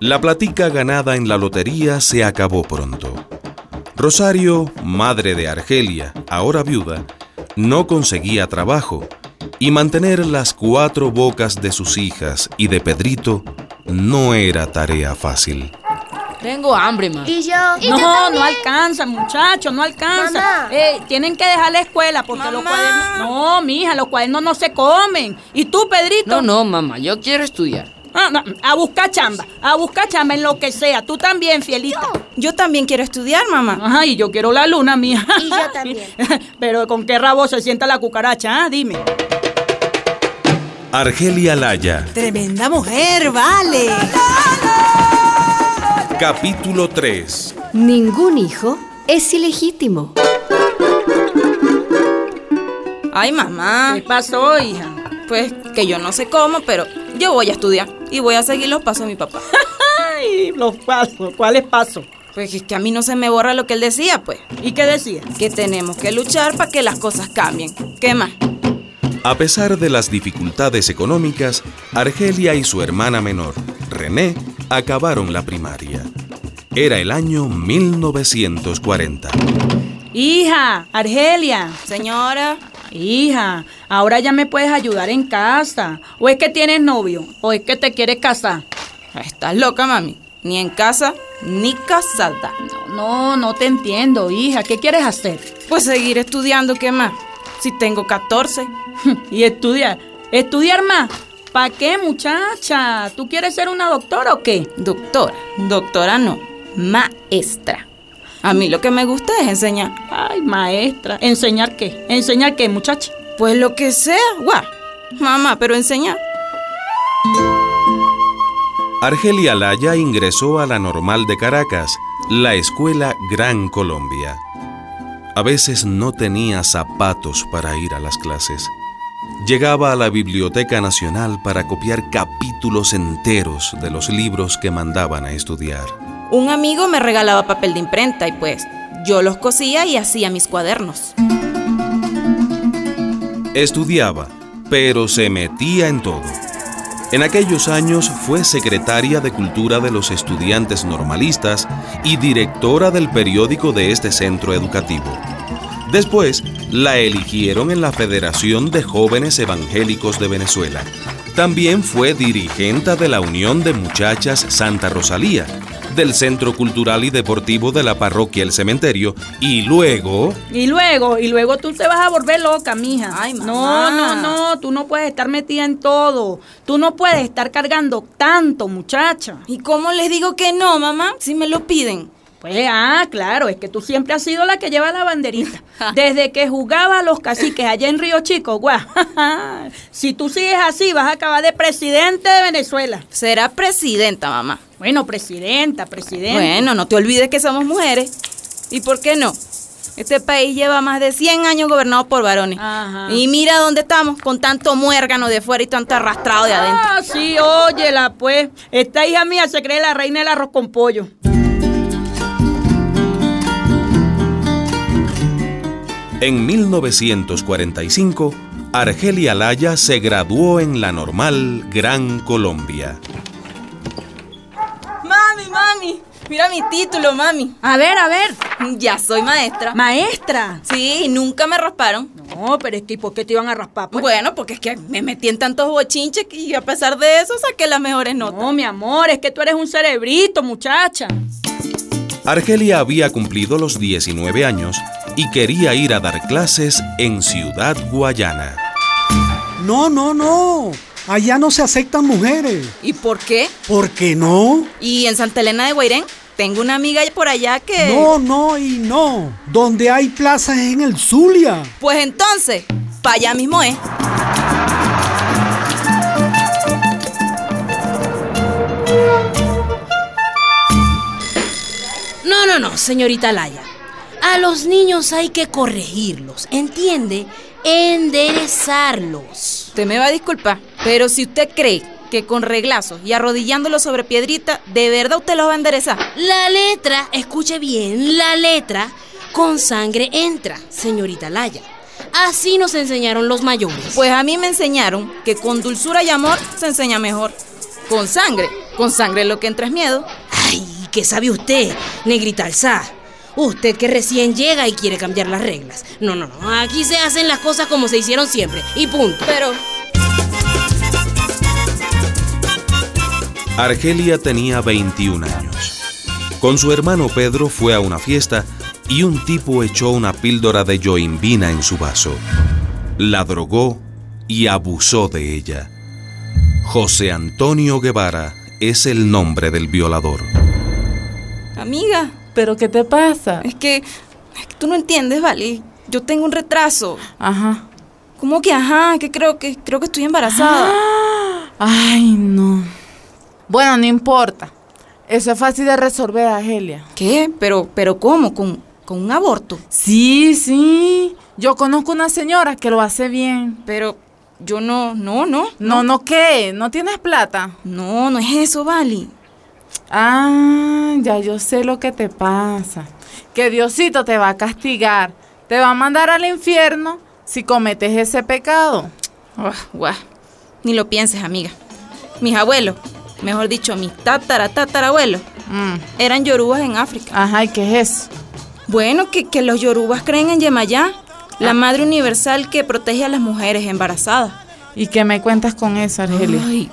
La platica ganada en la lotería se acabó pronto. Rosario, madre de Argelia, ahora viuda, no conseguía trabajo y mantener las cuatro bocas de sus hijas y de Pedrito no era tarea fácil. Tengo hambre, ma. Y yo. no, no alcanza, muchachos, no alcanza. Mamá. Eh, tienen que dejar la escuela porque los Mamá. cuadernos. No, mija, los cuadernos no se comen. ¿Y tú, No, Pedrito? no, mamá, yo quiero estudiar. Ah, no, A buscar chamba, a buscar chamba en lo que sea. Tú también, fielita. Yo también quiero estudiar, mamá. Ajá, y yo quiero la luna, mija. Y yo también. Pero ¿con qué rabo se sienta la cucaracha? ah? Dime. Argelia Laya, Tremenda mujer, vale. capítulo 3. Ningún hijo es ilegítimo. Ay, mamá. ¿Qué pasó, hija? Pues que yo no sé cómo, pero yo voy a estudiar y voy a seguir los pasos de mi papá. Ay, los pasos. ¿Cuáles pasos? Pues es que a mí no se me borra lo que él decía, pues. ¿Y qué decía? Que tenemos que luchar para que las cosas cambien. ¿Qué más? A pesar de las dificultades económicas, Argelia y su hermana menor, René, acabaron la primaria. Era el año 1940. Hija, Argelia. Señora, Hija, ahora ya me puedes ayudar en casa. O es que tienes novio, o es que te quieres casar. estás loca, mami. Ni en casa, ni casada. No, no, no te entiendo, hija. ¿Qué quieres hacer? Pues seguir estudiando, ¿qué más? Si tengo 14. y estudiar. ¿Estudiar más? ¿Para qué, muchacha? ¿Tú quieres ser una doctora o qué? Doctora, doctora no, maestra. A mí lo que me gusta es enseñar. Ay, maestra. ¿Enseñar qué? ¿Enseñar qué, muchacha? Pues lo que sea, guau. Mamá, pero enseñar. Argelia Laya ingresó a la normal de Caracas, la escuela Gran Colombia. A veces no tenía zapatos para ir a las clases. Llegaba a la Biblioteca Nacional para copiar capítulos enteros de los libros que mandaban a estudiar. Un amigo me regalaba papel de imprenta y pues yo los cosía y hacía mis cuadernos. Estudiaba, pero se metía en todo. En aquellos años fue secretaria de Cultura de los Estudiantes Normalistas y directora del periódico de este centro educativo. Después, la eligieron en la Federación de Jóvenes Evangélicos de Venezuela. También fue dirigenta de la Unión de Muchachas Santa Rosalía, del Centro Cultural y Deportivo de la Parroquia El Cementerio y luego Y luego, y luego tú te vas a volver loca, mija. Ay, No, mamá. no, no, tú no puedes estar metida en todo. Tú no puedes estar cargando tanto, muchacha. ¿Y cómo les digo que no, mamá? Si me lo piden. Pues, ah, claro, es que tú siempre has sido la que lleva la banderita. Desde que jugaba a los caciques allá en Río Chico, guau. si tú sigues así, vas a acabar de presidente de Venezuela. Será presidenta, mamá. Bueno, presidenta, presidenta. Bueno, no te olvides que somos mujeres. ¿Y por qué no? Este país lleva más de 100 años gobernado por varones. Ajá. Y mira dónde estamos, con tanto muérgano de fuera y tanto arrastrado de adentro. Ah, sí, óyela, pues. Esta hija mía se cree la reina del arroz con pollo. En 1945, Argelia Laya se graduó en la normal Gran Colombia. Mami, mami, mira mi título, mami. A ver, a ver. Ya soy maestra. Maestra. Sí, nunca me rasparon. No, pero es que ¿y ¿por qué te iban a raspar? pues? Bueno, porque es que me metí en tantos bochinches que- y a pesar de eso saqué las mejores notas. No, mi amor, es que tú eres un cerebrito, muchacha. Argelia había cumplido los 19 años y quería ir a dar clases en Ciudad Guayana. No, no, no. Allá no se aceptan mujeres. ¿Y por qué? ¿Por qué no? Y en Santa Elena de Guairén tengo una amiga por allá que... No, no y no. Donde hay plazas es en el Zulia. Pues entonces, para allá mismo es. No, no, no, señorita Laya. A los niños hay que corregirlos, ¿entiende? Enderezarlos. Usted me va a disculpar, pero si usted cree que con reglazos y arrodillándolos sobre piedrita, de verdad usted los va a enderezar. La letra, escuche bien, la letra con sangre entra, señorita Laya. Así nos enseñaron los mayores. Pues a mí me enseñaron que con dulzura y amor se enseña mejor. Con sangre Con sangre lo que entra es miedo. Ay, ¿qué sabe usted, negrita alzá? Usted que recién llega y quiere cambiar las reglas. No, no, no. Aquí se hacen las cosas como se hicieron siempre. Y punto. Pero Argelia tenía 21 años. Con su hermano Pedro fue a una fiesta y un tipo echó una píldora de yoimbina en su vaso. La drogó y abusó de ella. José Antonio Guevara es el nombre del violador. Amiga, ¿Pero qué te pasa? es que, es que tú no entiendes, vale. Yo tengo un retraso. Ajá. ¿Cómo que ajá? Que creo que creo que estoy embarazada. Ah. Ay, no. Bueno, no importa. Eso es fácil de resolver, Argelia. ¿Qué? Pero pero ¿cómo? Con con un aborto. Sí, sí. Yo conozco una señora que lo hace bien. Pero yo no, no, no. No, no, ¿qué? ¿No tienes plata? No, no es eso, vale. Ah, ya yo sé lo que te pasa. Que Diosito te va a castigar. Te va a mandar al infierno si cometes ese pecado. Ah, guau. Ni lo pienses, amiga. Mis abuelos, mejor dicho, mis tatara tatarabuelos, Mm. eran yorubas en África. Ajá, ¿y qué es eso? Bueno, que, que los yorubas creen en Yemayá, la madre universal que protege a las mujeres embarazadas. ¿Y qué me cuentas con eso, Argelia? Ay,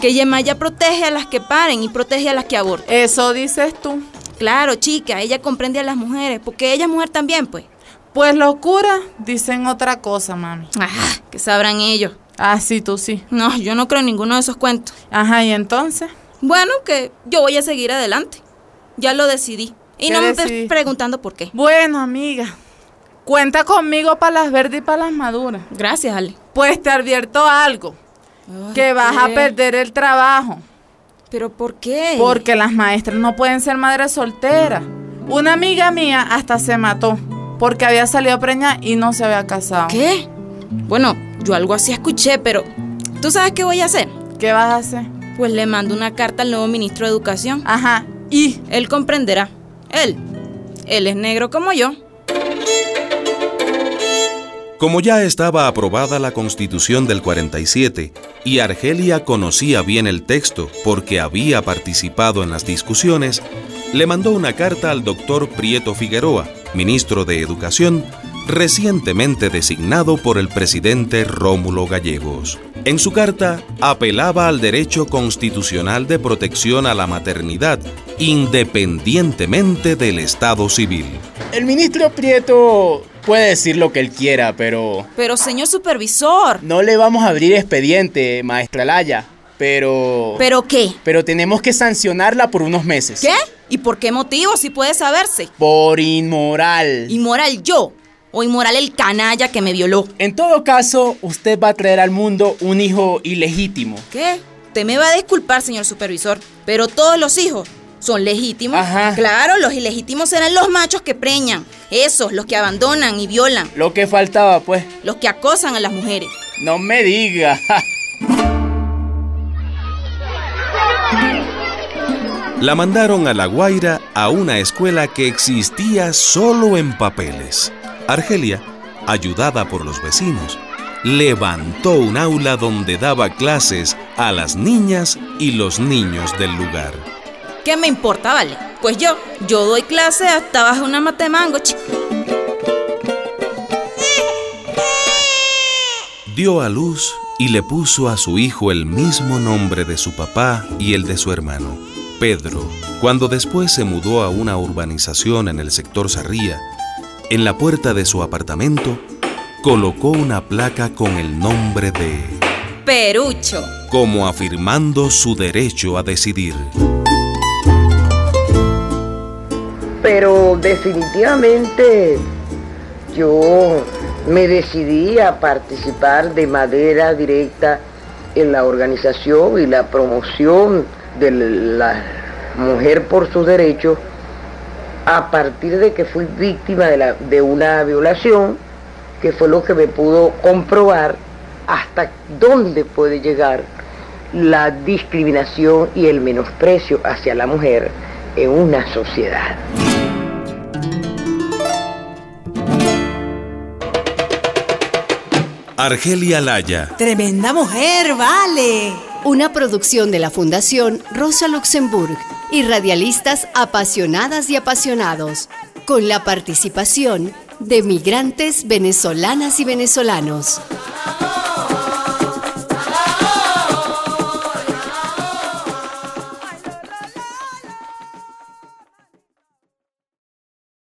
que Yemayá protege a las que paren y protege a las que abortan. Eso dices tú. Claro, chica, ella comprende a las mujeres, porque ella es mujer también, pues. Pues locura, dicen otra cosa, mami. Ah, que sabrán ellos. Ah, sí, tú sí. No, yo no creo en ninguno de esos cuentos. Ajá, ¿y entonces? Bueno, que yo voy a seguir adelante. Ya lo decidí. Y ¿Qué no me estés decidiste? preguntando por qué. Bueno, amiga, cuenta conmigo para las verdes y para las maduras. Gracias, Ale. Pues te advierto algo, que vas a perder el trabajo, ¿Pero por qué? porque las maestras no pueden ser madres solteras. Una amiga mía hasta se mató, porque había salido preñada y no se había casado. ¿Qué? Bueno, yo algo así escuché, pero ¿tú sabes qué voy a hacer? ¿Qué vas a hacer? Pues le mando una carta al nuevo ministro de Educación. Ajá, y... Él comprenderá. Él. Él es negro como yo. Como ya estaba aprobada la Constitución del 47 y Argelia conocía bien el texto porque había participado en las discusiones, le mandó una carta al doctor Prieto Figueroa, ministro de Educación, recientemente designado por el presidente Rómulo Gallegos. En su carta apelaba al derecho constitucional de protección a la maternidad independientemente del Estado civil. El ministro Prieto puede decir lo que él quiera, pero Pero señor supervisor. no le vamos a abrir expediente, maestra Laya. Pero... ¿Pero qué? pero tenemos que sancionarla por unos meses. ¿Qué? ¿Y por qué motivo si puede saberse? Por inmoral. ¿Inmoral yo? ¿O inmoral el canalla que me violó? En todo caso, usted va a traer al mundo un hijo ilegítimo. ¿Qué? Usted me va a disculpar, señor supervisor, pero todos los hijos son legítimos. Ajá. Claro, los ilegítimos serán los machos que preñan, esos, los que abandonan y violan, Lo que faltaba, pues. los que acosan a las mujeres. No me diga. La mandaron a La Guaira a una escuela que existía solo en papeles. Argelia, ayudada por los vecinos, levantó un aula donde daba clases a las niñas y los niños del lugar. ¿Qué me importa, vale? Pues yo, yo doy clase hasta bajo una mata de mango, chico. Dio a luz y le puso a su hijo el mismo nombre de su papá y el de su hermano, Pedro. Cuando después se mudó a una urbanización en el sector Sarría, en la puerta de su apartamento colocó una placa con el nombre de... Perucho. como afirmando su derecho a decidir. pero definitivamente yo me decidí a participar de manera directa en la organización y la promoción de la mujer por sus derechos a partir de que fui víctima de, la- de una violación, que fue lo que me pudo comprobar hasta dónde puede llegar la discriminación y el menosprecio hacia la mujer en una sociedad. Argelia Laya, Tremenda mujer, vale. Una producción de la Fundación Rosa Luxemburg y radialistas apasionadas y apasionados, con la participación de migrantes venezolanas y venezolanos.